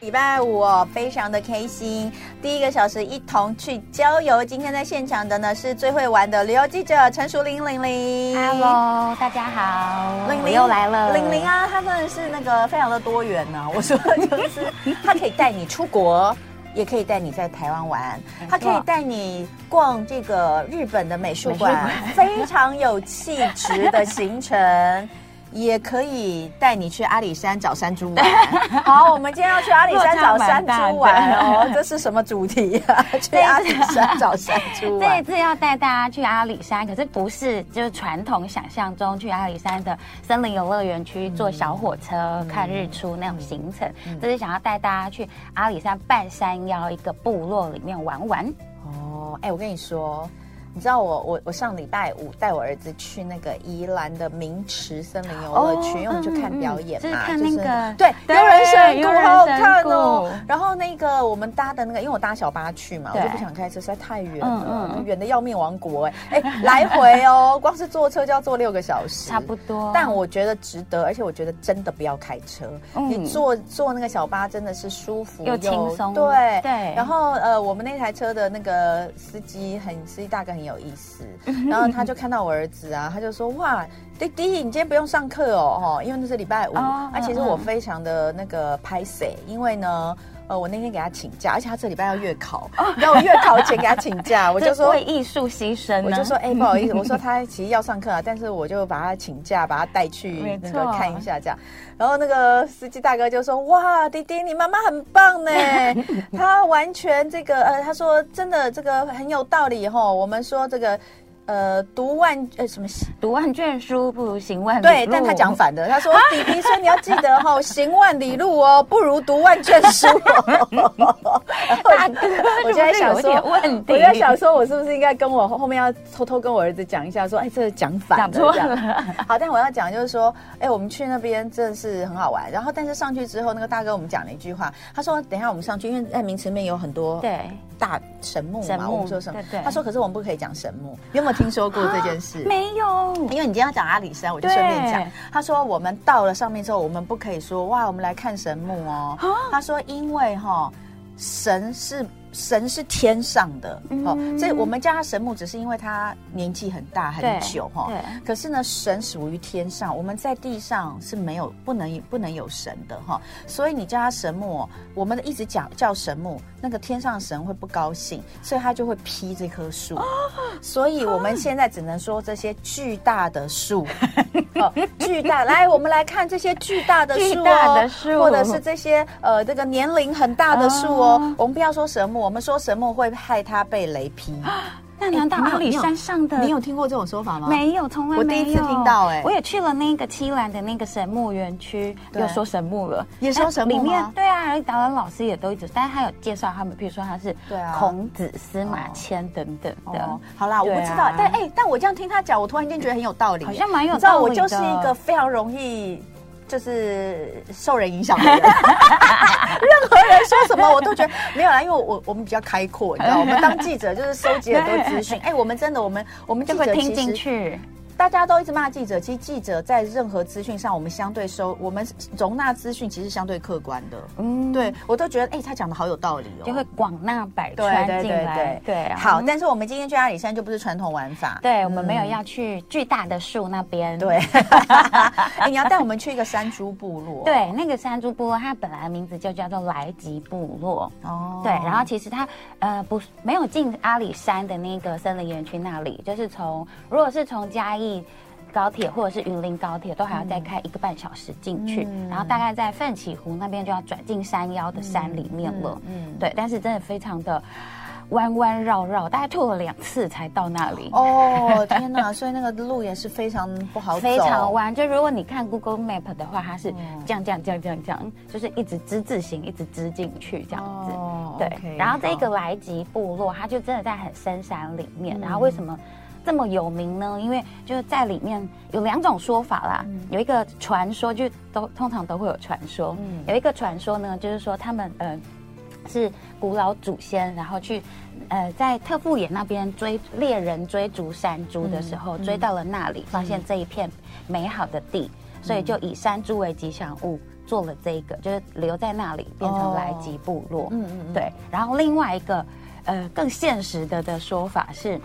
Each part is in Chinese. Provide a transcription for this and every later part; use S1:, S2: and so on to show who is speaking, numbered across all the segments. S1: 礼拜五哦，非常的开心。第一个小时一同去郊游。今天在现场的呢是最会玩的旅游记者陈淑玲玲玲。
S2: Hello，大家好，
S1: 玲
S2: 我
S1: 玲
S2: 哦又来了。
S1: 玲玲啊，她真的是那个非常的多元呢、 我说的就是，她可以带你出国，也可以带你在台湾玩，
S2: 错
S1: 她可以带你逛这个日本的美术馆
S2: 美，
S1: 非常有气质的行 程。也可以带你去阿里山找山 猪玩。好，我们今天要去阿里山找山猪玩哦，这是什么主题 啊？去阿里山找山猪
S2: 这一
S1: 玩。
S2: 次要带大家去阿里山，可是不是就是传统想象中去阿里山的森林游乐园区坐小火车、
S1: 嗯
S2: 看日出那种行程，这是想要带大家去阿里山半山腰一个部落里面玩玩。
S1: 哦，哎、我跟你说，你知道我我我上礼拜五带我儿子去那个宜兰的明池森林游乐区，
S2: 哦
S1: 因为我们去看表演
S2: 嗯嗯嗯就是
S1: 嘛，
S2: 看那个
S1: 对
S2: 对
S1: 游人神
S2: 游
S1: 谷，
S2: 人
S1: 好好看哦
S2: 神。谷
S1: 然后那个我们搭的那个，因为我搭小巴去嘛，我
S2: 对
S1: 就不想开车，实在太远
S2: 嗯
S1: 了
S2: 嗯，嗯
S1: 远、的要命，王国哎、哎来回哦，光是坐车就要坐六个小时，
S2: 差不多
S1: 但我觉得值得，而且我觉得真的不要开车，
S2: 嗯
S1: 你坐坐那个小巴真的是舒服
S2: 又轻松
S1: 对
S2: 对
S1: 然后呃，我们那台车的那个司机很司机大哥很有意 思，然后他就看到我儿子啊，他就说哇，弟弟你今天不用上课哦，哈，因为那是礼拜五。
S2: 哦
S1: 啊，其实
S2: 嗯
S1: 我非常的那个拍谁，因为呢。呃，我那天给他请假，而且他这礼拜要月考，你知道我月考前给他请 假，我
S2: 哦我
S1: 就说
S2: 为艺术牺牲
S1: 我
S2: 呢，
S1: 就说，哎、不好意思，我说他其实要上课啊，但是我就把他请假，把他带去
S2: 没
S1: 那个
S2: 错
S1: 看一下这样。然后那个司机大哥就说，哇，弟弟，你妈妈很棒 呢，他完全这个呃，他说真的这个很有道理吼。我们说这个。呃，读万呃什么
S2: 读万卷书不如行万里
S1: 对，
S2: 路
S1: 但他讲反的，他说弟弟，所以你要记得哈、行万里路哦，不如读万卷书、哦。
S2: 大哥，
S1: 我就在想 说
S2: 是不是有点问题，
S1: 我在想说，我是不是应该跟我后面要偷偷跟我儿子讲一下，说，哎，这个讲反
S2: 讲错了
S1: 这样好，但我要讲就是说，哎，我们去那边真的是很好玩。然后，但是上去之后，那个大哥我们讲了一句话，他说，等一下我们上去，因为在名池面有很多
S2: 对。
S1: 大神木
S2: 神
S1: 嘛，
S2: 木
S1: 我们说什么
S2: 对？对
S1: 他说，可是我们不可以讲神木。你有没有听说过这件 事？
S2: 没有，
S1: 嗯因为你今天要讲阿里山，我就顺便讲
S2: 对。
S1: 他说我们到了上面之后，我们不可以说哇，我们来看神木
S2: 啊
S1: 哦。他说因为哈、神是神是天上的、哦，
S2: 嗯
S1: 所以我们叫他神木，只是因为他年纪很大很
S2: 对
S1: 久哈、哦。
S2: 对
S1: 可是呢，神属于天上，我们在地上是没有不能不能有神的哈、所以你叫他神木、哦，我们一直讲叫神木，那个天上神会不高兴，所以他就会劈这棵树。所以我们现在只能说这些巨大的 树，哦，巨大。来，我们来看这些巨大的树、哦，
S2: 巨大的树
S1: 或者是这些呃这个年龄很大的树哦。
S2: 哦
S1: 我们不要说神木，我们说神木会害它被雷劈。
S2: 那难道
S1: 哎你有
S2: 阿里山上的
S1: 你有听过这种说法吗？
S2: 没有，从来
S1: 啊我
S2: 没
S1: 第一
S2: 有。
S1: 次听到哎
S2: 我也去了那个七兰的那个神木园区，
S1: 对
S2: 又说神木了，
S1: 也说神木
S2: 里面
S1: 吗
S2: 对啊，导览老师也都一直，但是他有介绍他们，譬如说他是
S1: 对啊
S2: 孔子、司马迁等等的。
S1: 哦，好啦，我
S2: 对
S1: 不
S2: 啊
S1: 知道，但哎、但我这样听他讲，我突然间觉得很有道理，
S2: 好像蛮有
S1: 你知道，
S2: 道
S1: 我
S2: 理的
S1: 就是一个非常容易就是受人影响的 人，任何人说什么我都觉得没有啦，因为我我们比较开阔，你知道，我们当记者就是收集很 多资讯，哎、我们真的，我们我们记
S2: 就会
S1: 者
S2: 听
S1: 其
S2: 进
S1: 实
S2: 去，
S1: 大家都一直骂记者，其实记者在任何资讯上，我们相对收，我们容纳资讯其实相对客观的。
S2: 嗯，
S1: 对，我都觉得，哎、他讲的好有道理哦，
S2: 就会广纳百
S1: 对
S2: 川
S1: 对
S2: 进
S1: 对
S2: 来
S1: 对，
S2: 对啊，
S1: 好，但是我们今天去阿里山就不是传统玩法，嗯
S2: 对我们没有要去巨大的树那边，
S1: 对，哎你要带我们去一个山猪部落。
S2: 对，那个山猪部落，它本来名字就叫做莱吉部落，
S1: 哦
S2: 对，然后其实它呃不是没有进阿里山的那个森林园区那里，就是从如果是从嘉义。高铁或者是云林高铁都还要再开一个半小时进去，
S1: 嗯
S2: 然后大概在奋起湖那边就要转进山腰的山里面了。
S1: 嗯嗯
S2: 对，但是真的非常的弯弯绕绕，大概吐了两次才到那里。
S1: 哦，天哪！所以那个路也是非常不好走，哦
S2: 非常弯，就如果你看 Google Map 的话，它是
S1: 嗯
S2: 这样这样这样这样这样，就是一直之字形一直支进去这样子。
S1: 哦
S2: 对
S1: OK，
S2: 然后这个
S1: 好
S2: 莱吉部落，它就真的在很深山里面。
S1: 嗯
S2: 然后为什么这么有名呢？因为就是在里面有两种说法啦，有一个传说，就都通常都会有传说。
S1: 嗯
S2: 有一个传说呢，就是说他们呃是古老祖先，然后去呃在特富野那边追
S1: 嗯
S2: 猎人追逐山猪的时候，追到了那里，发现这一片美好的地。所以就
S1: 嗯
S2: 以山猪为吉祥物。做了这个，就是留在那里变成来吉部落，
S1: 嗯嗯嗯
S2: 对。然后另外一个，呃，更现实的的说法是，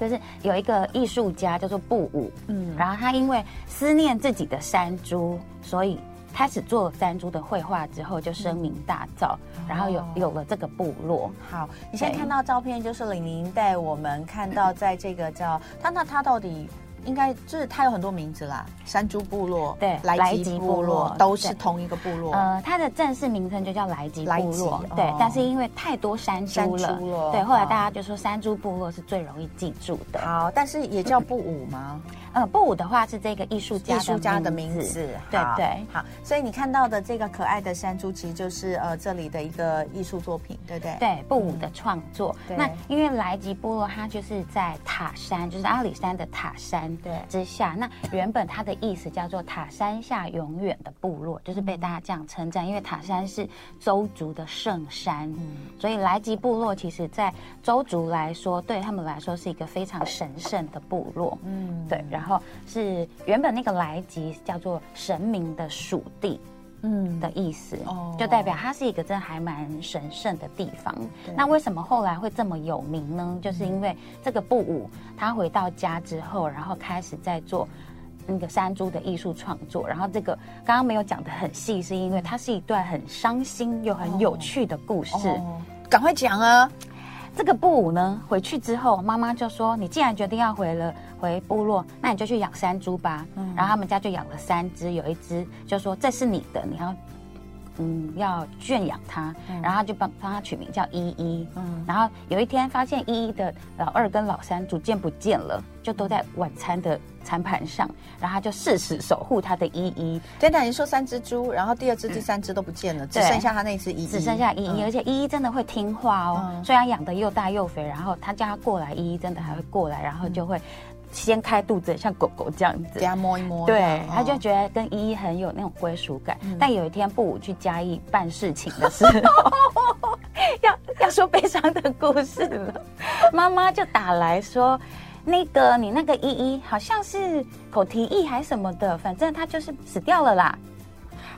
S2: 就是有一个艺术家叫做布武，
S1: 嗯
S2: 嗯，然后他因为思念自己的山猪，所以开始做山猪的绘画之后，就声名大噪，
S1: 嗯
S2: 然
S1: 哦
S2: 后有有了这个部落，
S1: 好，你现在
S2: 对
S1: 看到照片，就是李宁带我们看到，在这个叫他那他到底应该就是他有很多名字啦，山猪部落、
S2: 对
S1: 莱
S2: 莱
S1: 吉
S2: 吉
S1: 部落
S2: 部落
S1: 都是
S2: 对
S1: 同一个部落。
S2: 呃，它的正式名称就叫莱吉
S1: 莱
S2: 部
S1: 吉
S2: 落
S1: 哦，
S2: 对。但是因为太多山猪了，
S1: 山猪了
S2: 对，后来
S1: 哦
S2: 大家就说山猪部落是最容易记住的。
S1: 好，但是也叫布武吗？
S2: 呃，布舞的话是这个艺术家
S1: 艺
S2: 的
S1: 术家的名字，
S2: 对
S1: 好
S2: 对
S1: 好，所以你看到的这个可爱的山猪，其实就是呃这里的一个艺术作品，对不对？，
S2: 对布舞的创作。
S1: 对
S2: 那因为莱吉部落它就是在塔山，就是阿里山的塔山
S1: 对
S2: 之下。那原本它的意思叫做塔山下永远的部落，就是被大家这样称赞，因为塔山是周族的圣山，
S1: 嗯
S2: 所以莱吉部落其实在周族来说，对他们来说是一个非常神圣的部落。
S1: 嗯，
S2: 对，然后是原本那个莱吉叫做神明的属地，
S1: 嗯
S2: 的意思，
S1: 哦
S2: 就代表它是一个真的还蛮神圣的地方
S1: 对。嗯
S2: 那为什么后来会这么有名呢？就是因为这个布武他回到家之后，然后开始在做。那个山猪的艺术创作，然后这个刚刚没有讲的很细，是因为它是一段很伤心又很有趣的故事。
S1: 哦赶快讲啊！
S2: 这个布武呢，回去之后，妈妈就说：“你既然决定要回了回部落，那你就去养山猪吧。然后他们家就养了三只，有一只就说：“这是你的，你要嗯要圈养它。然后他就帮帮它取名叫依依。
S1: 嗯
S2: 然后有一天发现依依的老二跟老三逐渐不见了，就都在晚餐的餐盘上，然后他就誓死守护他的依依。
S1: 等等，你说三只猪，然后第二只、第三只都不见了，只
S2: 对
S1: 剩下它那只一，
S2: 只剩下依依，
S1: 嗯
S2: 而且依依真的会听话哦。
S1: 嗯
S2: 虽然养的又大又肥，然后他叫他过来，依依真的还会过来，然后
S1: 嗯
S2: 就会掀开肚子，像狗狗这样
S1: 给
S2: 子。
S1: 它摸一摸这样。哦
S2: 对，他就觉得跟依依很有那种归属感。但有一天布武去嘉义办事情的时候，要要说悲伤的故事了，妈妈就打来说。那个你那个依依好像是口蹄疫还是什么的，反正她就是死掉了啦。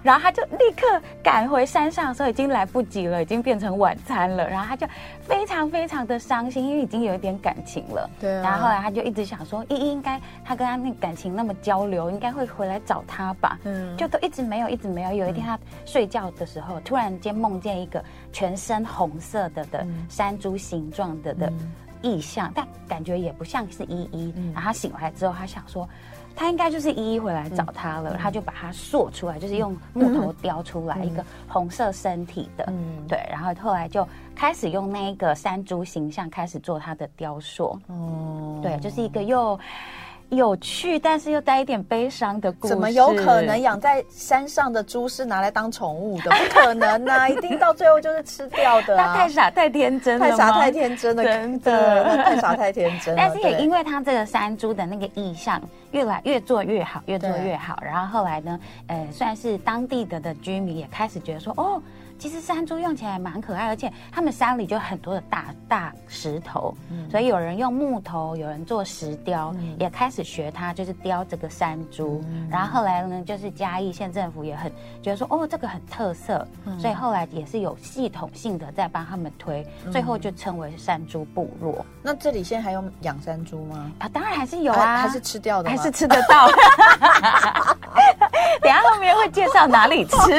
S2: 然后他就立刻赶回山上的时候，已经来不及了，已经变成晚餐了。然后他就非常非常的伤心，因为已经有一点感情了。
S1: 对啊
S2: 然后后来他就一直想说，依依应该他跟他那感情那么交流，应该会回来找他吧。
S1: 嗯
S2: 就都一直没有，一直没有。有一天他睡觉的时候，突然间梦见一个全身红色的的
S1: 嗯
S2: 山猪形状的的意象，但感觉也不像是依依。
S1: 嗯
S2: 然后他醒来之后，他想说。他应该就是依依回来找
S1: 嗯
S2: 他了，他就把它塑出来，就是用木头雕出来一个红色身体的，
S1: 嗯
S2: 对，然后后来就开始用那一个山猪形象开始做他的雕塑，
S1: 哦
S2: 对，就是一个又有趣但是又带一点悲伤的故事。
S1: 怎么有可能养在山上的猪是拿来当宠物的？不可能啊！一定到最后就是吃掉的
S2: 那
S1: 啊！
S2: 太傻太天真了
S1: 太傻
S2: 吗
S1: 太天真了，
S2: 真的
S1: 对那太傻太天真了。
S2: 但是也因
S1: 为
S2: 为他这个山猪的那个意象越来越做越好，越做越好，然后后来呢，呃，算是当地的的居民也开始觉得说，哦，其实山猪用起来蛮可爱，而且他们山里就有很多的大大石头，所以有人用木头，有人做石雕，也开始学它，就是雕这个山猪。然后后来呢，就是嘉义县政府也很觉得说，哦，这个很特色，所以后来也是有系统性的在帮他们推，最后就称为山猪部落。
S1: 那这里现在还有养山猪吗？
S2: 啊，当然还是有
S1: 还
S2: 啊，
S1: 还是吃掉的吗，
S2: 还是吃得到。 等一下后面会介绍哪 里吃，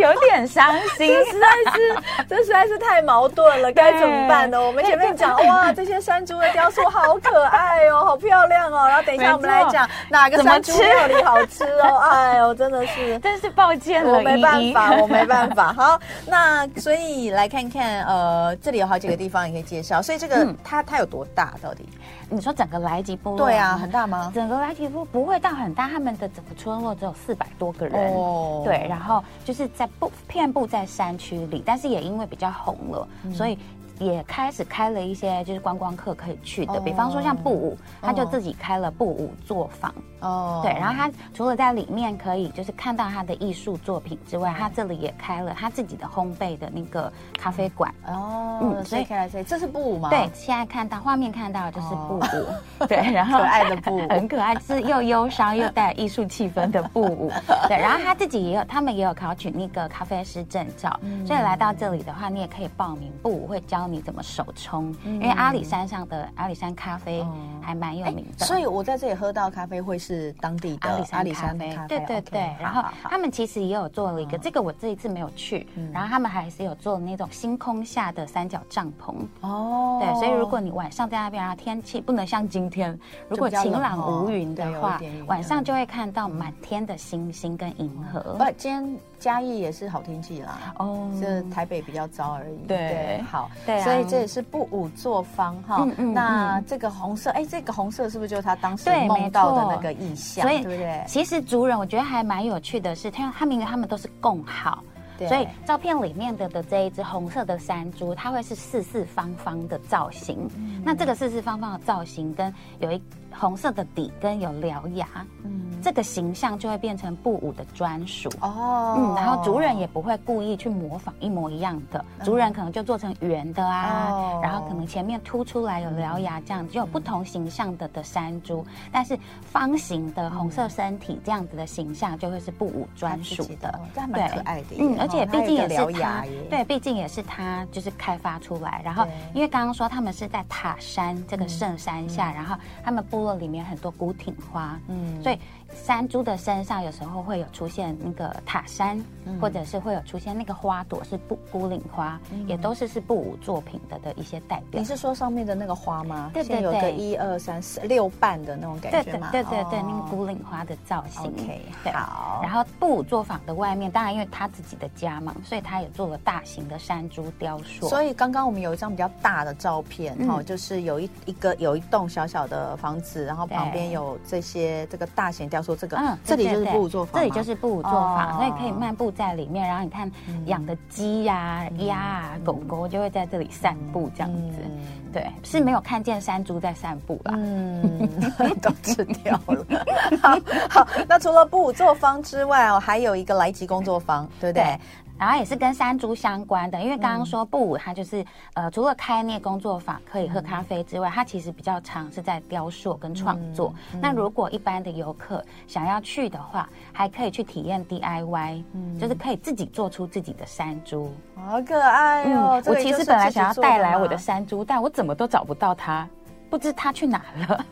S2: 有点伤心。
S1: 这哎实在是， 这实在是太矛盾了，该怎么办呢？我们前面讲哇，这些山猪的雕塑好可爱哦，好漂亮哦。然后等一下我们来讲哪个山猪
S2: 怎么吃
S1: 料理好吃哦，哎呦，真的 是。
S2: 真是抱歉了，
S1: 我没办法，
S2: 依依
S1: 我没办法。好，那所以来看看，呃，这里有好几个地方也可以介绍。所以这个、
S2: 嗯
S1: 它它有多大？到底？
S2: 你说整个莱吉部落吗，
S1: 对啊，很大吗？
S2: 整个莱吉部不会到很大，他们的整个村落只有四百多个人。
S1: 哦嗯
S2: 对，然后就是在布遍布在山区里，但是也因为比较红了，所以也开始开了一些就是观光客可以去的，
S1: 哦
S2: 比方说像布武，他就
S1: 哦
S2: 自己开了布武作坊。
S1: 哦
S2: 对，然后他除了在里面可以就是看到他的艺术作品之外，他这里也开了他自己的烘焙的那个咖啡馆。
S1: 哦，
S2: 嗯
S1: 所以
S2: 所以
S1: 可以来这里，这是布舞吗？
S2: 对，，现在看到画面看到的就是布
S1: 哦
S2: 舞，对，然后
S1: 可爱的 布
S2: 很可爱，就是又忧伤又带艺术气氛的布舞。对，然后他自己也有，他们也有考取那个咖啡师证照，
S1: 嗯
S2: 所以来到这里的话，你也可以报名布舞，会教你怎么手冲，因为阿里山上的阿里山咖啡
S1: 嗯哦
S2: 还蛮有
S1: 哎
S2: 名的。
S1: 所以我在这里喝到咖啡会是当地的
S2: 阿里山
S1: 咖啡
S2: 对对
S1: OK，
S2: 对。
S1: 好
S2: 然后
S1: 好好
S2: 他们其实也有做了一个，
S1: 嗯
S2: 这个我这一次没有去，然后他们还是有做那种星空下的三角帐篷。
S1: 哦，
S2: 对，所以如果你晚上在那边，然后天气不能像今天，如果
S1: 比较冷
S2: 晴朗无云
S1: 哦
S2: 的
S1: 对有一
S2: 话
S1: 点云，
S2: 晚上就会看到满天的星星跟银河
S1: 不。，今天嘉义也是好天气啦。
S2: 哦
S1: 这台北比较糟而已。
S2: 对
S1: 好，
S2: 对啊
S1: 所以这也是不武作坊哈。
S2: 嗯嗯
S1: 那这个红色，哎，这个红色是不是就是他当时
S2: 对没
S1: 梦到的
S2: 错
S1: 那个意象？
S2: 所以
S1: 对不对？
S2: 其实族人我觉得还蛮有趣的是，他他们因为他们都是共好。
S1: 对
S2: 所以照片里面的的这一只红色的山猪，它会是四四方方的造型。那这个四四方方的造型跟有一红色的底跟有獠牙，
S1: 嗯
S2: 这个形象就会变成布舞的专属。
S1: 哦，
S2: 嗯，然后族人也不会故意去模仿一模一样的，族人可能就做成圆的啊，
S1: 嗯哦
S2: 然后可能前面凸出来有獠牙这样，就有不同形象的的山猪，但是方形的红色身体这样子的形象就会是布舞专属的
S1: 哦。这还蛮
S2: 对
S1: 可爱的耶。
S2: 嗯，而且
S1: 哦
S2: 毕竟也
S1: 它有一个
S2: 是
S1: 獠牙
S2: 它
S1: 耶，，
S2: 对，毕竟也是它就是开发出来。然后
S1: 对，嗯
S2: 因为刚刚说他们是在塔山这个圣山下，然后他们部落里面很多古挺花，
S1: 嗯
S2: 所以山猪的身上有时候会有出现那个塔山，
S1: 嗯
S2: 或者是会有出现那个花朵是布孤岭花，也都是是布舞作品的的一些代
S1: 嗯
S2: 表
S1: 你。是说上面的那个花吗？
S2: 对对
S1: 先有个
S2: 对
S1: 一二三四六瓣的那种感
S2: 对
S1: 觉
S2: 对
S1: 吗？
S2: 对对对，那个
S1: 哦
S2: 孤岭花的造型。
S1: OK，
S2: 对
S1: 好
S2: 然后布舞作坊的外面，当然因为他自己的家嘛，所以他也做了大型的山猪雕塑。
S1: 所以刚刚我们有一张比较大的照片哈、
S2: 嗯
S1: 哦，就是有一一个有一栋小小的房子，然后旁边
S2: 对
S1: 有这些这个大型雕塑，这个、
S2: 嗯，
S1: 这里就是
S2: 对对
S1: 布作坊吗，
S2: 这里就是布作
S1: 哦
S2: 坊，所以可以漫步在里面。然后你看养的鸡呀、鸭啊、狗狗就会在这里散步这样子。
S1: 嗯
S2: 对，是没有看见山猪在散步啦。
S1: 嗯， 都吃掉了。 好，好，那除了布作坊之外哦，还有一个来吉工作坊，对不对？
S2: 对然后也是跟山猪相关的，因为
S1: 嗯
S2: 刚刚说布舞它就是、呃，除了开那工作坊可以喝咖啡之外，它其实比较常是在雕塑跟创作。
S1: 嗯
S2: 那如果一般的游客想要去的话，还可以去体验 DIY，、就是
S1: 嗯
S2: 可以自己做出自己的山猪。
S1: 好可爱哦！这
S2: 嗯我
S1: 个
S2: 其
S1: 就是
S2: 实本来
S1: 自己
S2: 想要
S1: 做的
S2: 带来我
S1: 吗
S2: 的山猪，但我怎么都找不到它，不知它去哪了。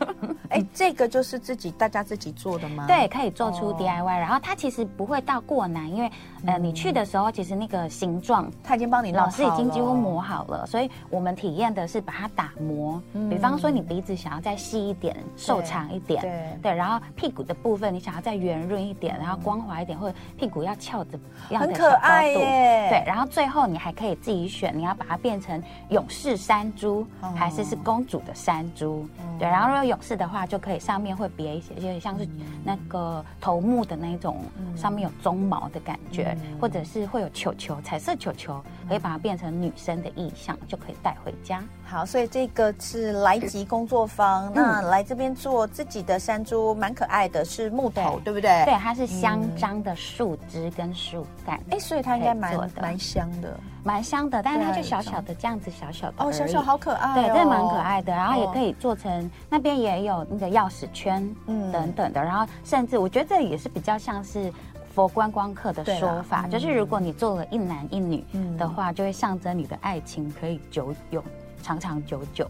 S1: 哎、这个就是自己大家自己做的吗？
S2: 嗯对，可以做出
S1: 哦
S2: DIY，、然后它其实不会到过难，因为呃，你
S1: 嗯
S2: 去的时候其实那个形状
S1: 他已经帮你弄好
S2: 老
S1: 了哦
S2: 师已经几乎磨好了，所以我们体验的是把它打磨。
S1: 嗯
S2: 比方说，你鼻子想要再细一点、瘦长一点，
S1: 对
S2: 然后屁股的部分你想要再圆润一点，然后光滑一点，或者屁股要翘着样
S1: 很
S2: 的
S1: 可
S2: 小高
S1: 爱
S2: 度
S1: 耶
S2: 对，然后最后你还可以自己选，你要把它变成勇士山猪，
S1: 哦
S2: 还是是公主的山猪。对，然后如果勇士的话，就可以上面会别一些，有点像是那个头目的那一种，
S1: 嗯
S2: 上面有鬃毛的感觉，或者是会有球球，彩色球球，可以把它变成女生的意象，就可以带回家。
S1: 好，所以这个是来吉工作
S2: 嗯
S1: 坊，那来这边做自己的山猪，蛮可爱的，是木头，
S2: 对
S1: 对不对？
S2: 对，。它是香樟的树枝跟树干，
S1: 哎，所以它应该蛮
S2: 可以做的
S1: 蛮香的
S2: 蛮香的，但是它
S1: 对
S2: 就小小的这样子，小小的
S1: 哦，
S2: 而
S1: 小
S2: 已
S1: 小好可爱、
S2: 对，这蛮可。爱的。然后也
S1: 哦
S2: 可以做成那边也有那个钥匙圈，
S1: 嗯
S2: 嗯，等等的。然后甚至我觉得这也是比较像是。佛观光客的
S1: 对啦
S2: 说法、就是，如果你做了一男一女
S1: 嗯
S2: 的话，就会象征你的爱情可以久永长长久久。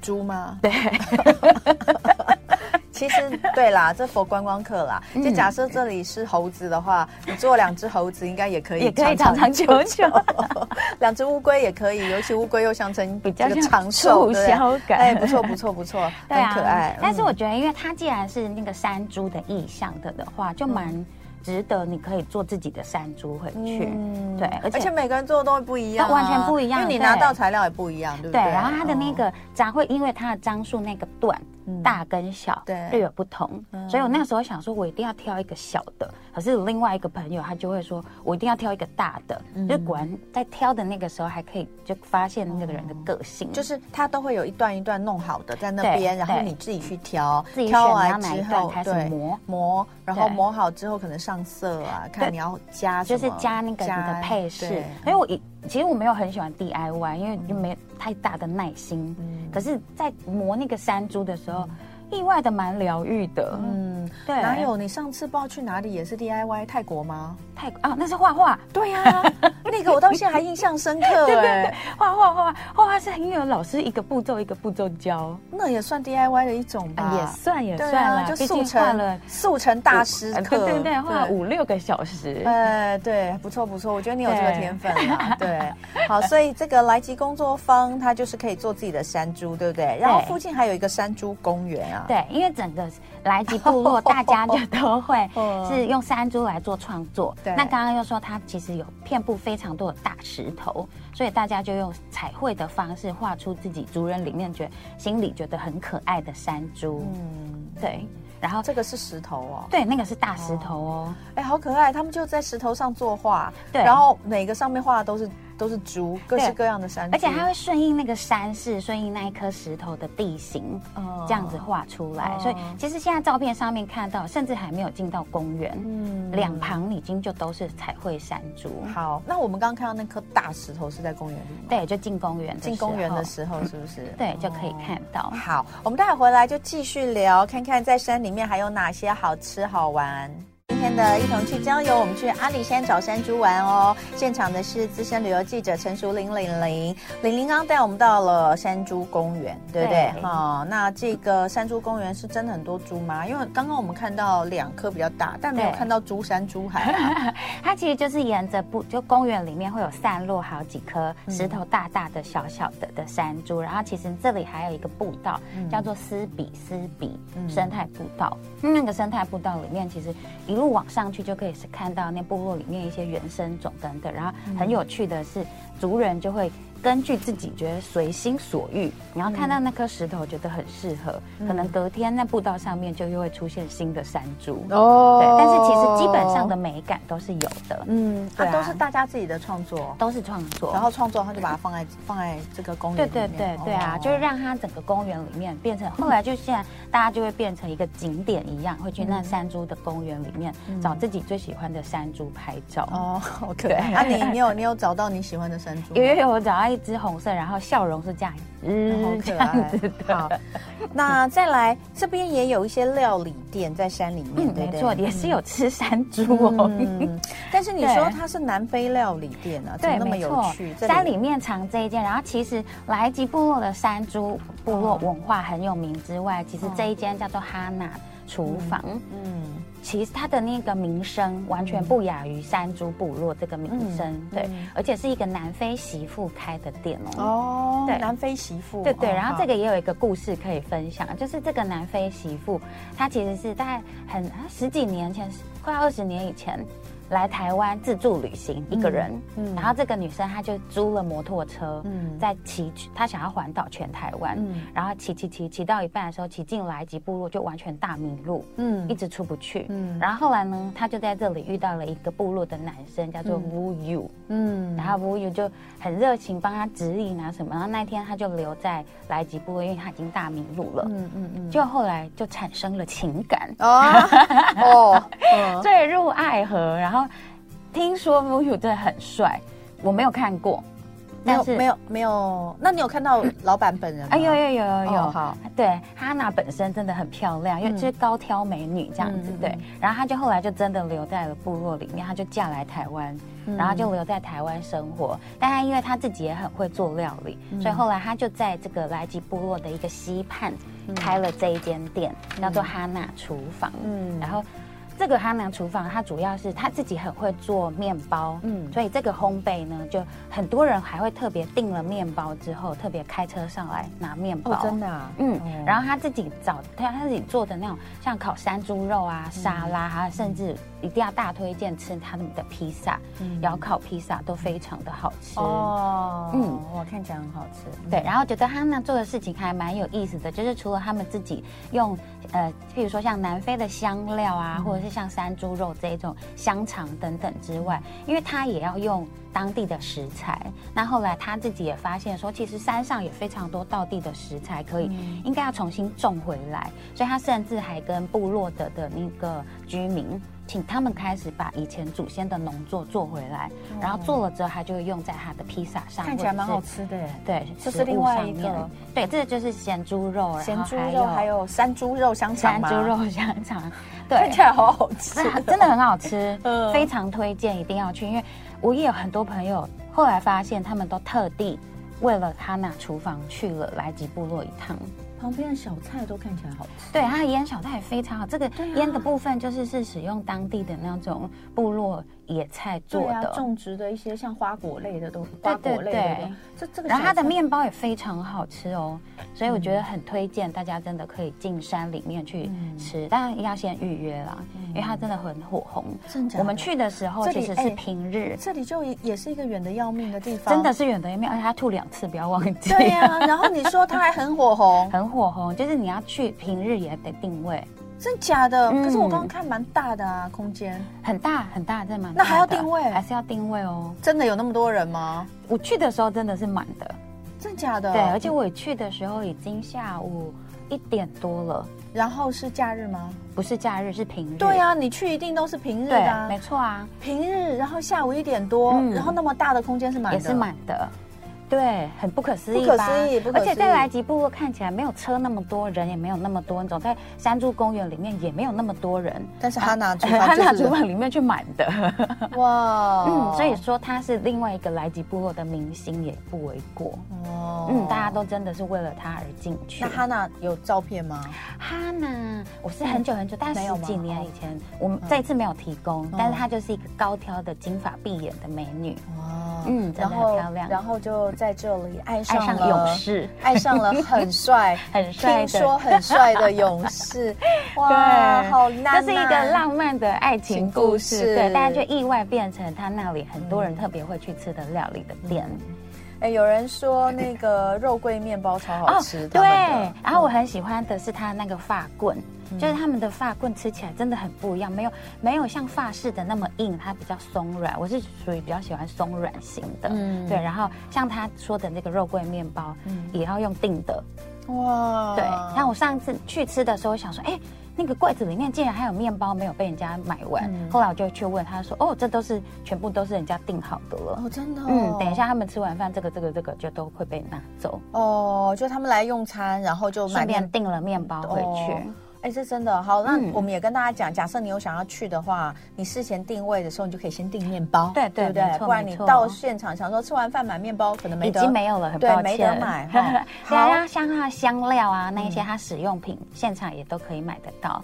S1: 猪吗？对。 其实对啦，这佛观光客啦，
S2: 嗯
S1: 就假设这里是猴子的话，你做两只猴子应该也可以，
S2: 也可以长长久久
S1: 两只乌龟也可以，尤其乌龟又象征
S2: 比较
S1: 这个
S2: 像
S1: 长寿，对
S2: 促
S1: 不对
S2: 销感
S1: 哎，不错不错不错，
S2: 对
S1: 很
S2: 啊，
S1: 可爱。
S2: 但是
S1: 嗯
S2: 我觉得，因为它既然是那个山猪的意象的的话，就蛮值得你可以做自己的山猪回去。
S1: 嗯
S2: 对，
S1: 而
S2: 而
S1: 且
S2: 且
S1: 每个人做的都会不一样啊、
S2: 都完全不一样
S1: 因为你
S2: 对
S1: 拿到材料也不一样，对不啊
S2: 对，
S1: 对？
S2: 然后它的那
S1: 哦
S2: 个章会因为它的樟树那个段，大跟小
S1: 嗯对嗯
S2: 略有不同，所以我那时候想说，我一定要挑一个小的。可是另外一个朋友他就会说，我一定要挑一个大的。
S1: 嗯
S2: 就果然在挑的那个时候，还可以就发现那个人的个性，
S1: 就是是它都会有一段一段弄好的在那
S2: 对
S1: 边，然后
S2: 对
S1: 你自己去挑，
S2: 自己选
S1: 挑
S2: 你要
S1: 完
S2: 哪
S1: 之
S2: 一段
S1: 后
S2: 开始
S1: 对
S2: 磨。
S1: 磨，然后
S2: 对
S1: 磨好之后可能上色啊，看你要加什
S2: 就
S1: 么，
S2: 是加那个你的配饰
S1: 对，
S2: 因为我一其实我没有很喜欢 DIY，因为就没有太大的耐心。
S1: 嗯
S2: 可是，在磨那个山猪的时候，意外的蛮疗愈的。嗯，
S1: 嗯，
S2: 对，
S1: 哪有？你上次不知道去哪里也是 DIY 泰国吗？
S2: 泰国啊？那是画画，
S1: 对呀、 那个我到现在还印象深刻
S2: 啊对对
S1: 哎、
S2: 对，画画画画画画是很有老师一个步骤一个步骤教，
S1: 那也算 DIY 的一种吧，
S2: 啊，也算也
S1: 对
S2: 算
S1: 啊，
S2: 啦，
S1: 就
S2: 毕
S1: 速
S2: 竟画
S1: 成
S2: 了
S1: 速成大师
S2: 呃
S1: 课，
S2: 对对对，画了五六个小时。
S1: 哎，对，不错不错，我觉得你有这个
S2: 对
S1: 天分啦。对，好，所以这个来吉工作坊，它就是可以做自己的山猪，对不对？然后附近还有一个山猪公园啊。
S2: 对，因为整个来吉 部落，大家就都会
S1: 嗯
S2: 是用山猪来做创作。
S1: 对
S2: 那刚刚又说它其实有遍布非常多的大石头，所以大家就用彩绘的方式画出自己族人里面觉得心里觉得很可爱的山猪。
S1: 嗯，
S2: 对，然后
S1: 这个是石头哦，
S2: 对那个是大石头哦，
S1: 哎，好可爱，他们就在石头上作画，
S2: 对
S1: 然后每个上面画的都是都是猪，各式
S2: 对
S1: 各样的山猪，
S2: 而且它会顺应那个山势，顺应那一颗石头的地形，
S1: 嗯
S2: 这样子，画出来。所以
S1: 嗯
S2: 其实现在照片上面看到，甚至还没有进到公园。
S1: 嗯
S2: 两。旁已经就都是彩绘山猪，
S1: 好，那我们刚刚看到那颗大石头是在公园里吗？
S2: 对，就进公园的时
S1: 进
S2: 候，
S1: 公园的时候是不是？
S2: 对就可以
S1: 哦
S2: 看到。
S1: 好，我们待会回来就继续聊，看看在山里面还有哪些好吃好玩。今天的一同去郊游，我们去阿里山找山猪玩哦。现场的是资深旅游记者陈淑玲玲玲玲玲，刚刚带我们到了山猪公园，对不对？
S2: 对
S1: 哈、那这个山猪公园是真的很多猪吗？因为刚刚我们看到两颗比较大，但没有
S2: 对
S1: 看到珠山珠海、 啊。
S2: 它其实就是沿着不就公园里面会有散落好几颗石头大大的小小的的山猪，然后其实这里还有一个步道、叫做斯比斯比
S1: 嗯
S2: 生态步道。那个生态步道里面，其实一路往上去就可以是看到那部落里面一些原生种等等。然后很有趣的是，族人就会。根据自己觉得随心所欲，然后看到那颗石头觉得很适合，可能隔天那步道上面就又会出现新的山猪。
S1: 哦
S2: 对，但是其实基本上的，美感都是有的，
S1: 嗯，它、
S2: 对啊
S1: 都是大家自己的创作。
S2: 都是创作。
S1: 然后创作，他就把它放在放在这个公
S2: 对
S1: 园里
S2: 对
S1: 面。
S2: 对对
S1: 哦
S2: 啊，就是让它整个公园里面变成，后来就现在大家就会变成一个景点一样，会去那山猪的公园里面找自己最喜欢的山猪拍照。
S1: 嗯 哦，好可爱！啊，你你有你有找到你喜欢的山猪吗？哦
S2: 有有有，我找到一只红色，然后笑容是这样，嗯，
S1: 好
S2: 这
S1: 可
S2: 样
S1: 爱
S2: 子。
S1: 好，那再来这边也有一些料理店在山里面，
S2: 嗯，
S1: 对
S2: 没
S1: 不对？
S2: 错，也是有吃山猪哦。
S1: 嗯，但是你
S2: 对
S1: 说它是南非料理店啊，怎么
S2: 对，
S1: 那么
S2: 没
S1: 有
S2: 错
S1: 趣？，这
S2: 山里面藏这一件，然后其实莱吉部落的山猪部落文化很有名之外，其实这一间叫做哈娜厨房，
S1: 嗯，
S2: 其实它的那个名声完全不亚于山猪部落这个名声，
S1: 嗯
S2: 对
S1: 嗯，
S2: 而且是一个南非媳妇开的店哦。
S1: 哦，
S2: 对
S1: 南非媳妇，
S2: 对对，
S1: 哦
S2: 然后
S1: 好
S2: 这个也有一个故事可以分享，就是这个南非媳妇，她其实是大概很啊十几年前，快二十年以前来台湾自助旅行一个人，
S1: 嗯
S2: 然后这个女生她就租了摩托车，
S1: 嗯
S2: 在骑，她想要环岛全台湾，
S1: 嗯
S2: 然后骑骑骑骑到一半的时候，骑进来吉部落就完全大迷路，一
S1: 嗯
S2: 直出不去。
S1: 嗯
S2: 然后后来呢，她就在这里遇到了一个部落的男生，叫做
S1: 嗯
S2: Wu Yu，、
S1: 嗯
S2: 然后吴宇就很热情帮他指引啊什么，然后那一天他就留在来吉部落，因为他已经大迷路了，
S1: 嗯嗯嗯，
S2: 就后来就产生了情感，
S1: 哦 哦，嗯
S2: 坠入爱河。然后听说吴宇真的很帅，我没有看过，
S1: 没有
S2: 但是
S1: 没有没有，那你有看到老板本人吗？
S2: 哎有有有有有，
S1: 哦好嗯
S2: 对，哈娜本身真的很漂亮，因为就是高挑美女这样子，
S1: 嗯嗯
S2: 对
S1: 嗯。
S2: 然后她就后来就真的留在了部落里面，她就嫁来台湾，
S1: 嗯
S2: 然后就留在台湾生活。但她因为她自己也很会做料理，
S1: 嗯
S2: 所以后来她就在这个莱吉部落的一个溪畔开了这一间店，叫做哈娜厨房。
S1: 嗯嗯
S2: 然后。这个哈南厨房，它主要是他自己很会做面包，
S1: 嗯
S2: 嗯，所以这个烘焙呢，就很多人还会特别订了面包之后，特别开车上来拿面包，
S1: 哦，真的啊，
S2: 嗯
S1: 哦，
S2: 然后他自己找他他自己做的那种像烤山猪肉啊、沙拉啊，
S1: 嗯
S2: 甚至一定要大推荐吃他们的披萨，窑烤披萨都非常的好吃。
S1: 嗯哦，嗯，
S2: 嗯
S1: 我看起来很好吃，嗯
S2: 对，然后觉得他们做的事情还蛮有意思的，就是除了他们自己用呃，譬如说像南非的香料啊，
S1: 嗯
S2: 或者是像山猪肉这一种香肠等等之外，因为他也要用当地的食材。那后来他自己也发现说，其实山上也非常多道地的食材可以，
S1: 嗯
S2: 应该要重新种回来，所以他甚至还跟部落的的那个居民。请他们开始把以前祖先的农作做回来，然后做了之后，他就会用在他的披萨上，
S1: 哦看起来蛮
S2: 或者
S1: 好
S2: 是
S1: 吃的耶，
S2: 对，
S1: 这是
S2: 食物
S1: 另外一
S2: 上面
S1: 个。
S2: 对，这就是咸猪肉，
S1: 咸
S2: 然后
S1: 猪肉还有山猪肉香肠
S2: 山
S1: 吗
S2: 猪，肉 香肠，
S1: 看
S2: 对
S1: 起。来好好吃，
S2: 那真的很好吃
S1: 嗯，
S2: 非常推荐，一定要去。因为我也有很多朋友后来发现，他们都特地为了哈娜厨房去了莱吉部落一趟。
S1: 旁边的小菜都看起来好吃，
S2: 对，它的腌小菜也非常好。这个
S1: 啊
S2: 腌的部分就是是使用当地的那种部落野菜做
S1: 对啊，
S2: 的，
S1: 种植的一些像花果类的都，花
S2: 对
S1: 果类的都
S2: 对，
S1: 这这个
S2: 然后它
S1: 小
S2: 的
S1: 菜哎
S2: 面包也非常好吃哦，所以我觉得很推荐大家真的可以进山里面去
S1: 嗯
S2: 吃，当然要先预约啦，因为它真的很火红。
S1: 真假的
S2: 我们去的时候
S1: 这里
S2: 其实
S1: 哎
S2: 是平日，
S1: 这里就也也是一个远的要命的地方，
S2: 真的是远的一面，而且它吐两次，不要忘记。
S1: 对啊 呀、然后你说它还很火红，
S2: 很火红，就是你要去平日也得定位，
S1: 真假的？
S2: 嗯
S1: 可是我刚刚看蛮大的啊，空间
S2: 很大很大，真的蛮大
S1: 那
S2: 的。
S1: 还要定位
S2: 还是要定位哦。
S1: 真的有那么多人吗？
S2: 我去的时候真的是满的，
S1: 真假的？
S2: 对，而且我去的时候已经下午一点多了，
S1: 然后是假日吗？
S2: 不是假日是平日。
S1: 对、啊，你去一定都是平日的、
S2: 对，
S1: 啊，
S2: 没错啊。
S1: 平日，然后下午一点多，
S2: 嗯
S1: 然后那么大的空间是满的，
S2: 也是满的。对，很不可思议
S1: 不可
S2: 吧
S1: 思议不可
S2: 而且
S1: 思议
S2: 在莱吉部落看起来没有车那么多，人也没有那么多，你走在山猪公园里面也没有那么多人。
S1: 但是哈 娜
S2: 汉娜主管里面去满的，
S1: 哇，
S2: 嗯，所以说他是另外一个莱吉部落的明星也不为过。
S1: 哦
S2: 嗯，大家都真的是为了他而进去。
S1: 那哈娜有照片吗？
S2: 哈娜，我是很久很久，大概
S1: 没有
S2: 十
S1: 吗嗯
S2: 几年
S1: 哦
S2: 以前，我们这一次没有提供，但是她就是一个高挑的金发碧眼的美女，
S1: 哇，
S2: 嗯真的
S1: 然
S2: 很
S1: 后
S2: 漂亮
S1: 然后就在这里爱
S2: 爱
S1: 上
S2: 上
S1: 了
S2: 勇士。
S1: 爱上了很帅、
S2: 很帅的
S1: 听说很帅的勇 士，哇，
S2: 对
S1: 好难、啊，
S2: 这是一个浪漫的爱情故
S1: 情故事
S2: 事，对，大家就意外变成他那里很多人特别会去吃的料理的店。
S1: 哎、有人说那个肉桂面包超好吃，
S2: 哦
S1: 他
S2: 对
S1: 们的，嗯
S2: 然后我很喜欢的是他那个发棍。就是他们的发棍吃起来真的很不一样，没有没有像法式的那么硬，它比较松软。我是属于比较喜欢松软型的，
S1: 嗯嗯
S2: 嗯，对。然后像他说的那个肉桂面包，也要用订的，
S1: 哇，
S2: 对。像我上次去吃的时候，我想说，哎、那个柜子里面竟然还有面包没有被人家买完。
S1: 嗯
S2: 后来我就去问，他说，哦，这都是全部都是人家订好的了。
S1: 哦，真的、哦，
S2: 嗯，等一。下他们吃完饭，这个这个这个就都会被拿走，
S1: 哦，就他们来用餐，然后就买
S2: 顺便
S1: 面
S2: 订了面包回去。
S1: 哦哎、这真的好。那
S2: 嗯
S1: 我们也跟大家讲，假设你有想要去的话，你事前定位的时候，你就可以先订面包，
S2: 对对
S1: 不对
S2: 没？错
S1: 不然你
S2: 没错
S1: 到现场想说吃完饭买面包，可能没
S2: 已
S1: 得，
S2: 经没有了，很
S1: 对
S2: 抱歉，
S1: 没得 买哈
S2: 对
S1: 好嗯
S2: 啊，像像它的香料啊，那一些它使用品，现场也都可以买得到，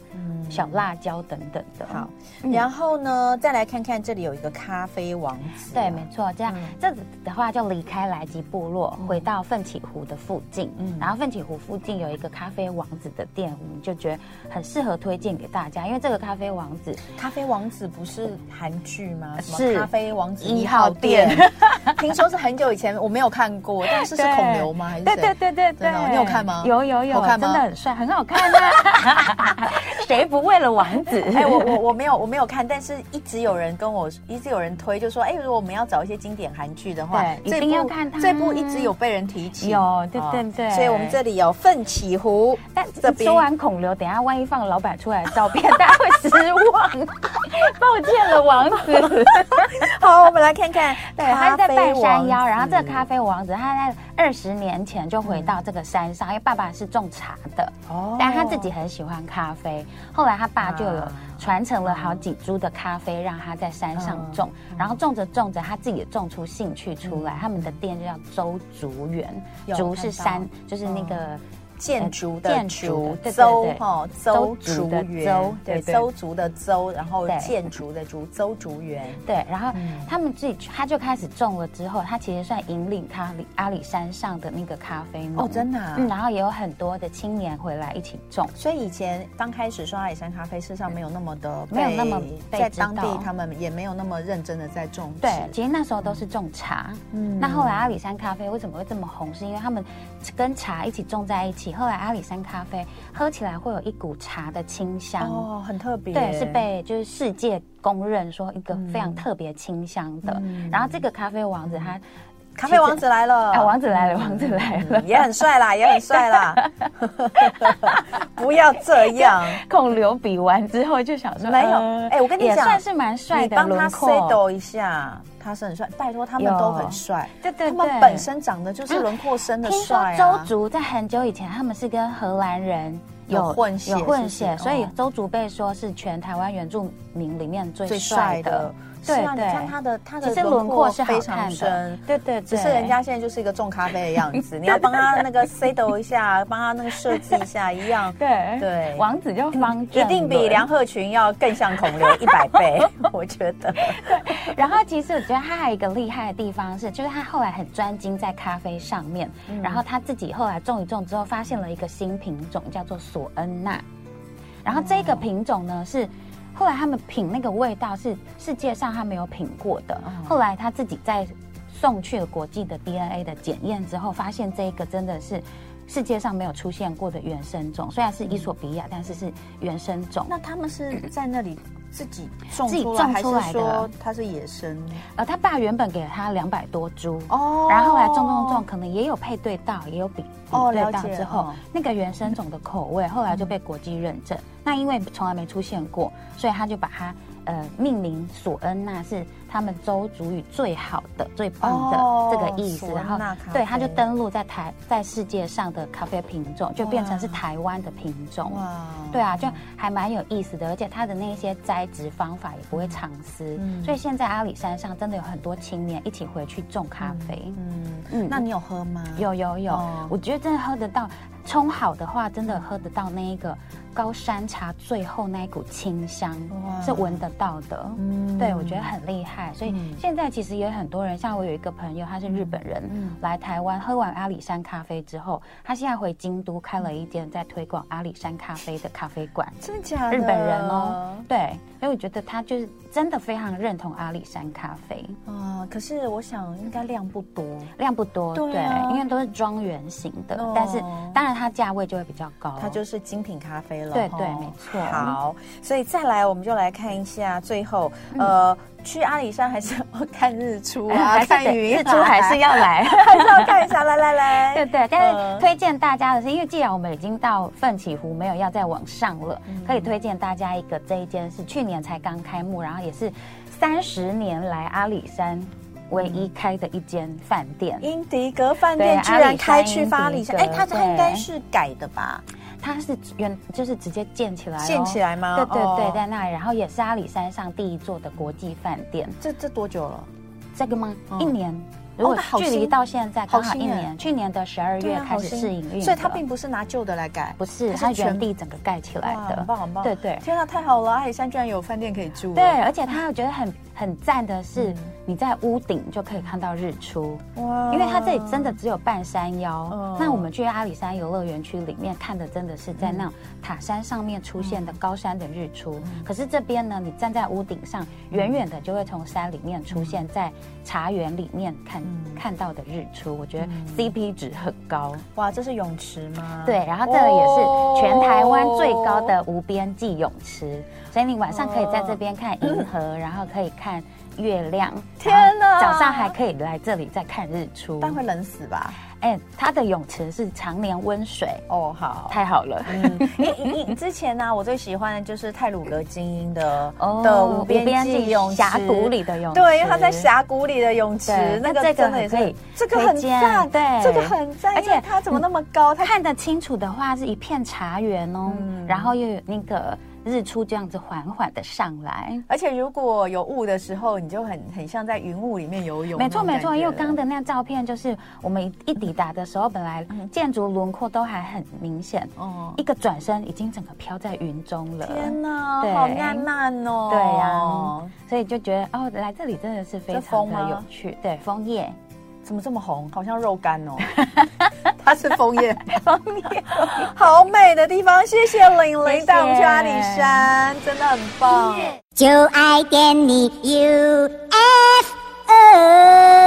S2: 小辣椒等等的。
S1: 好，
S2: 嗯
S1: 然后呢，再来看看这里有一个咖啡王子、啊
S2: 对，没错，这样、
S1: 嗯
S2: 这的话就离开莱吉部落，回到奋起湖的附近。
S1: 嗯
S2: 然后奋起湖附近有一个咖啡王子的店，我们就觉得很适合推荐给大家，因为这个咖啡王子
S1: 咖啡王子不是韩剧吗？什么
S2: 是
S1: 咖啡王子
S2: 一
S1: 一号
S2: 号
S1: 店
S2: 店？
S1: 听说是很久以前，我没有看过，但是是
S2: 对
S1: 孔刘吗？还是
S2: 对
S1: 谁？
S2: 对对对
S1: 真的哦
S2: 对，
S1: 你有看吗
S2: 有有有，
S1: 好看吗
S2: 真的很帅，很好看啊！ 谁不为了王子？
S1: 哎、我我我没有我没有看，但是一直有人跟我，一直有人推，就说，哎、如果我们要找一些经典韩剧的话，
S2: 对
S1: 这
S2: 一定
S1: 部
S2: 要看它
S1: 这部一直有被人提起，
S2: 有对
S1: 啊
S2: 对对
S1: 所以我们这里有奋起湖，
S2: 但
S1: 这边
S2: 说完孔刘，等一下万一放老板出来的照片，大家会失望。 抱歉了，王 子。
S1: 好，我们来看看
S2: 对，
S1: 咖
S2: 他是在
S1: 啡
S2: 半山
S1: 王
S2: 腰，
S1: 子
S2: 然后这个咖啡王子，他在二十年前就回到这个山上，因为爸爸是种茶的，
S1: 嗯哦
S2: 但他自己很喜欢咖啡。后来他爸就有
S1: 啊
S2: 传承了好几株的咖啡，让他在山上种，
S1: 嗯
S2: 然后种着种着，他自己也种出兴趣出来。他们的店就叫周竹园
S1: 有，
S2: 竹
S1: 看
S2: 是
S1: 到嗯
S2: 山，就是那个。
S1: 建筑的
S2: 呃建
S1: 筑
S2: 筑对对
S1: 邹
S2: 对
S1: 哈邹
S2: 邹
S1: 竹
S2: 竹的
S1: 园
S2: 邹，
S1: 对
S2: 对对
S1: 邹竹的邹，然后
S2: 对
S1: 建筑的竹邹竹园，
S2: 对，然后
S1: 嗯
S2: 他们自己去他就开始种了之后，他其实算引领咖里阿里山上的那个咖啡农
S1: 哦真的啊
S2: 嗯，然后也有很多的青年回来一起种，
S1: 所以以前刚开始说阿里山咖啡，事实上没有那么的被，
S2: 没有那么被
S1: 在
S2: 知道
S1: 当地他们也没有那么认真的在种植。
S2: 对，其实那时候都是种茶，
S1: 嗯
S2: 那后来阿里山咖啡为什么会这么红？是因为他们跟茶一起种在一起，后来阿里山咖啡喝起来会有一股茶的清香。
S1: 哦，很特别，
S2: 对，是被就是世界公认说一个非常特别清香的。
S1: 嗯
S2: 然后这个咖啡王子他，
S1: 咖啡王子来了，
S2: 哎，王子来了，王子来了，
S1: 嗯也很帅啦，也很帅啦， 不要这样。
S2: 孔刘比完之后就想说，
S1: 没有
S2: 呃
S1: 哎我跟你
S2: 也
S1: 讲
S2: 算是蛮帅
S1: 你
S2: 的
S1: 帮他
S2: 轮
S1: s
S2: 廓
S1: a 一下，他是很帅。拜托，他们
S2: 有
S1: 都很帅，
S2: 对对对啊
S1: 他们本身长得就是轮廓深的
S2: 听说
S1: 帅
S2: 周
S1: 啊。
S2: 族在很久以前他们是跟荷兰人
S1: 有混血
S2: 有混
S1: 是
S2: 血，
S1: 不是
S2: 所以
S1: 哦
S2: 周族被说是全台湾原住民里面最
S1: 最
S2: 帅
S1: 帅
S2: 的
S1: 的。，是啊，你看他的他的
S2: 其实轮廓是好
S1: 非常
S2: 看
S1: 深
S2: 的，，对对对，
S1: 只是人家现在就是一个种咖啡的样 子，你要帮他那个 s a 一下，帮他那个设计一下，一 样，
S2: 对
S1: 对
S2: 王子就方
S1: 一
S2: 正
S1: 定比
S2: 伦
S1: 梁鹤群要更像孔刘一百倍， 我觉得。
S2: 然后其实我觉得他还有一个厉害的地方是，就是他后来很专精在咖啡上面，然后他自己后来种一种之后，发现了一个新品种叫做索恩纳，然后这个品种呢是。后来他们品那个味道是世界上他没有品过的。后来他自己在送去了国际的 DNA 的检验之后，发现这个真的是世界上没有出现过的原生种。虽然是伊索比亚，但是是原生种。
S1: 那他们是在那里自己种
S2: 自己
S1: 出来，
S2: 种
S1: 还是
S2: 出来的
S1: 说它是野生？
S2: 呃，他爸原本给了他两百多株
S1: 哦
S2: 然后后来种种种，可能也有配对到，也有比比
S1: 哦
S2: 对
S1: 了
S2: 到
S1: 解
S2: 之后，
S1: 哦嗯
S2: 那个原生种的口味后来就被国际认证。那因为从来没出现过，所以他就把它呃命名索恩纳是他们周族语最好的、最棒
S1: 哦
S2: 的这个意思。
S1: 索恩
S2: 然
S1: 纳
S2: 后
S1: 咖
S2: 对，他就
S1: 啡
S2: 登录在台在世界上的咖啡品种，就变成是
S1: 哇
S2: 台湾的品种。
S1: 哇，
S2: 对啊，就还蛮有意思的，而且它的那些栽植方法也不会藏私，
S1: 嗯
S2: 所以现在阿里山上真的有很多青年一起回去种咖啡。
S1: 嗯
S2: 嗯
S1: 那你有喝吗？
S2: 有有有，
S1: 哦
S2: 我觉得真的喝得到，冲好的话真的喝得到那一个高山茶最后那一股清香
S1: 哇，
S2: 是闻得到的。
S1: 嗯
S2: 对，我觉得很厉害，所以
S1: 嗯
S2: 现在其实也有很多人，像我有一个朋友，他是日本人，
S1: 嗯
S2: 来台湾喝完阿里山咖啡之后，他现在回京都开了一间在推广阿里山咖啡的咖啡馆，
S1: 真的假的？
S2: 日本人哦，。对，所以我觉得他就是真的非常认同阿里山咖啡，
S1: 啊，可是我想应该量不多。
S2: 量不多，
S1: 对啊
S2: 因为都是庄园型的，
S1: 哦
S2: 但是当然它价位就会比较高，
S1: 它就是精品咖啡了，
S2: 对
S1: 吼
S2: 对没错
S1: 好，所以再来，我们就来看一下最后，呃，去阿里山还是 要看日出啊，
S2: 嗯哎还是
S1: 看
S2: 得
S1: 云啊，
S2: 日出还是要 来。
S1: 还是要看一下。来来 来，
S2: 对对，但
S1: 嗯
S2: 是推荐大家的是，因为既然我们已经到奋起湖，没有要再往上了，
S1: 嗯
S2: 可以推荐大家一个这一间是去年才刚开幕，然后也是三十年来阿里山唯一开的一间饭店。
S1: 英迪格饭店
S2: 对
S1: 居然开去巴黎山，
S2: 阿
S1: 哎，
S2: 里
S1: 它
S2: 山英迪格
S1: 它应该是改的吧？
S2: 它是原就是直接建起来、
S1: 建起。来吗？
S2: 对对对，
S1: 哦
S2: 在那里，然后也是阿里山上第一座的国际饭店。
S1: 这这多久了？
S2: 这个吗？
S1: 嗯
S2: 一年，如果
S1: 那好
S2: 距
S1: 新
S2: 离到现在刚
S1: 好
S2: 好一
S1: 新耶哎
S2: 年，去年的十二
S1: 对
S2: 月
S1: 啊
S2: 开
S1: 好
S2: 始
S1: 新
S2: 试营运了，
S1: 所以它并不是拿旧的来改，
S2: 不是
S1: 它是
S2: 它
S1: 全
S2: 原地整个盖起来
S1: 哇
S2: 的，
S1: 很棒很棒。
S2: 对对
S1: 天啊，太好了！阿里山居然有饭店可以住，
S2: 对，，而且它我觉得很很赞的是
S1: 嗯，
S2: 你在屋顶就可以看到日出，
S1: 哇
S2: 因为它这里真的只有半山
S1: 嗯
S2: 腰。那我们去阿里山游乐园区里面看的真的是在
S1: 嗯
S2: 那种塔山上面出现的高山的日出，
S1: 嗯
S2: 可是这边呢，你站在屋顶上，远远的就会从山里面出
S1: 嗯
S2: 现在茶园里面看看到的日出，我觉得
S1: 嗯
S2: CP 值很高。
S1: 哇，这是泳池吗？
S2: 对，然后这个也是全台湾最高
S1: 哦。
S2: 的无边际泳池，所以你晚上可以在这边看银河，然后可以看月亮。
S1: 哦天哪
S2: 然后早上还可以来这里再看日出。
S1: 但会冷死吧？
S2: 哎，它的泳池是常年温水，
S1: 哦，好。
S2: 太好了。
S1: 嗯，你你你之前呢、我最喜欢的就是泰鲁格精英的、
S2: 哦
S1: 的无边际泳池
S2: 峡谷里的泳池，
S1: 对，因为它在峡谷里的泳池
S2: 对，
S1: 那
S2: 那
S1: 个
S2: 这个
S1: 真的也
S2: 很可
S1: 是
S2: 以，
S1: 这个很
S2: 推
S1: 赞，
S2: 荐对
S1: 这个很赞，
S2: 而
S1: 而
S2: 且嗯
S1: 且它怎么那么高？它嗯
S2: 看得清楚的话，是一片茶园哦，然后又有那个日出这样子缓缓的上来。
S1: 而且如果有雾的时候，你就很很像在云雾里面游泳。
S2: 没错没错，因为刚刚
S1: 的
S2: 的那张照片就是我们一抵达的时候，本来建筑轮廓都还很明显，
S1: 嗯哦，
S2: 一个转身已经整个飘在云中了。
S1: 天哪，
S2: 嗯对
S1: 好浪漫哦！
S2: 对啊呀、所以就觉得哦，来这里真的是非
S1: 这
S2: 常
S1: 枫吗
S2: 的有趣。对，枫叶，
S1: 怎么这么红？好像肉干 哦。它是枫叶，
S2: 枫叶，
S1: 好美的地方，谢谢玲
S2: 谢谢
S1: 玲带我们去阿里山，真的很棒。
S3: 就爱点你 UFO。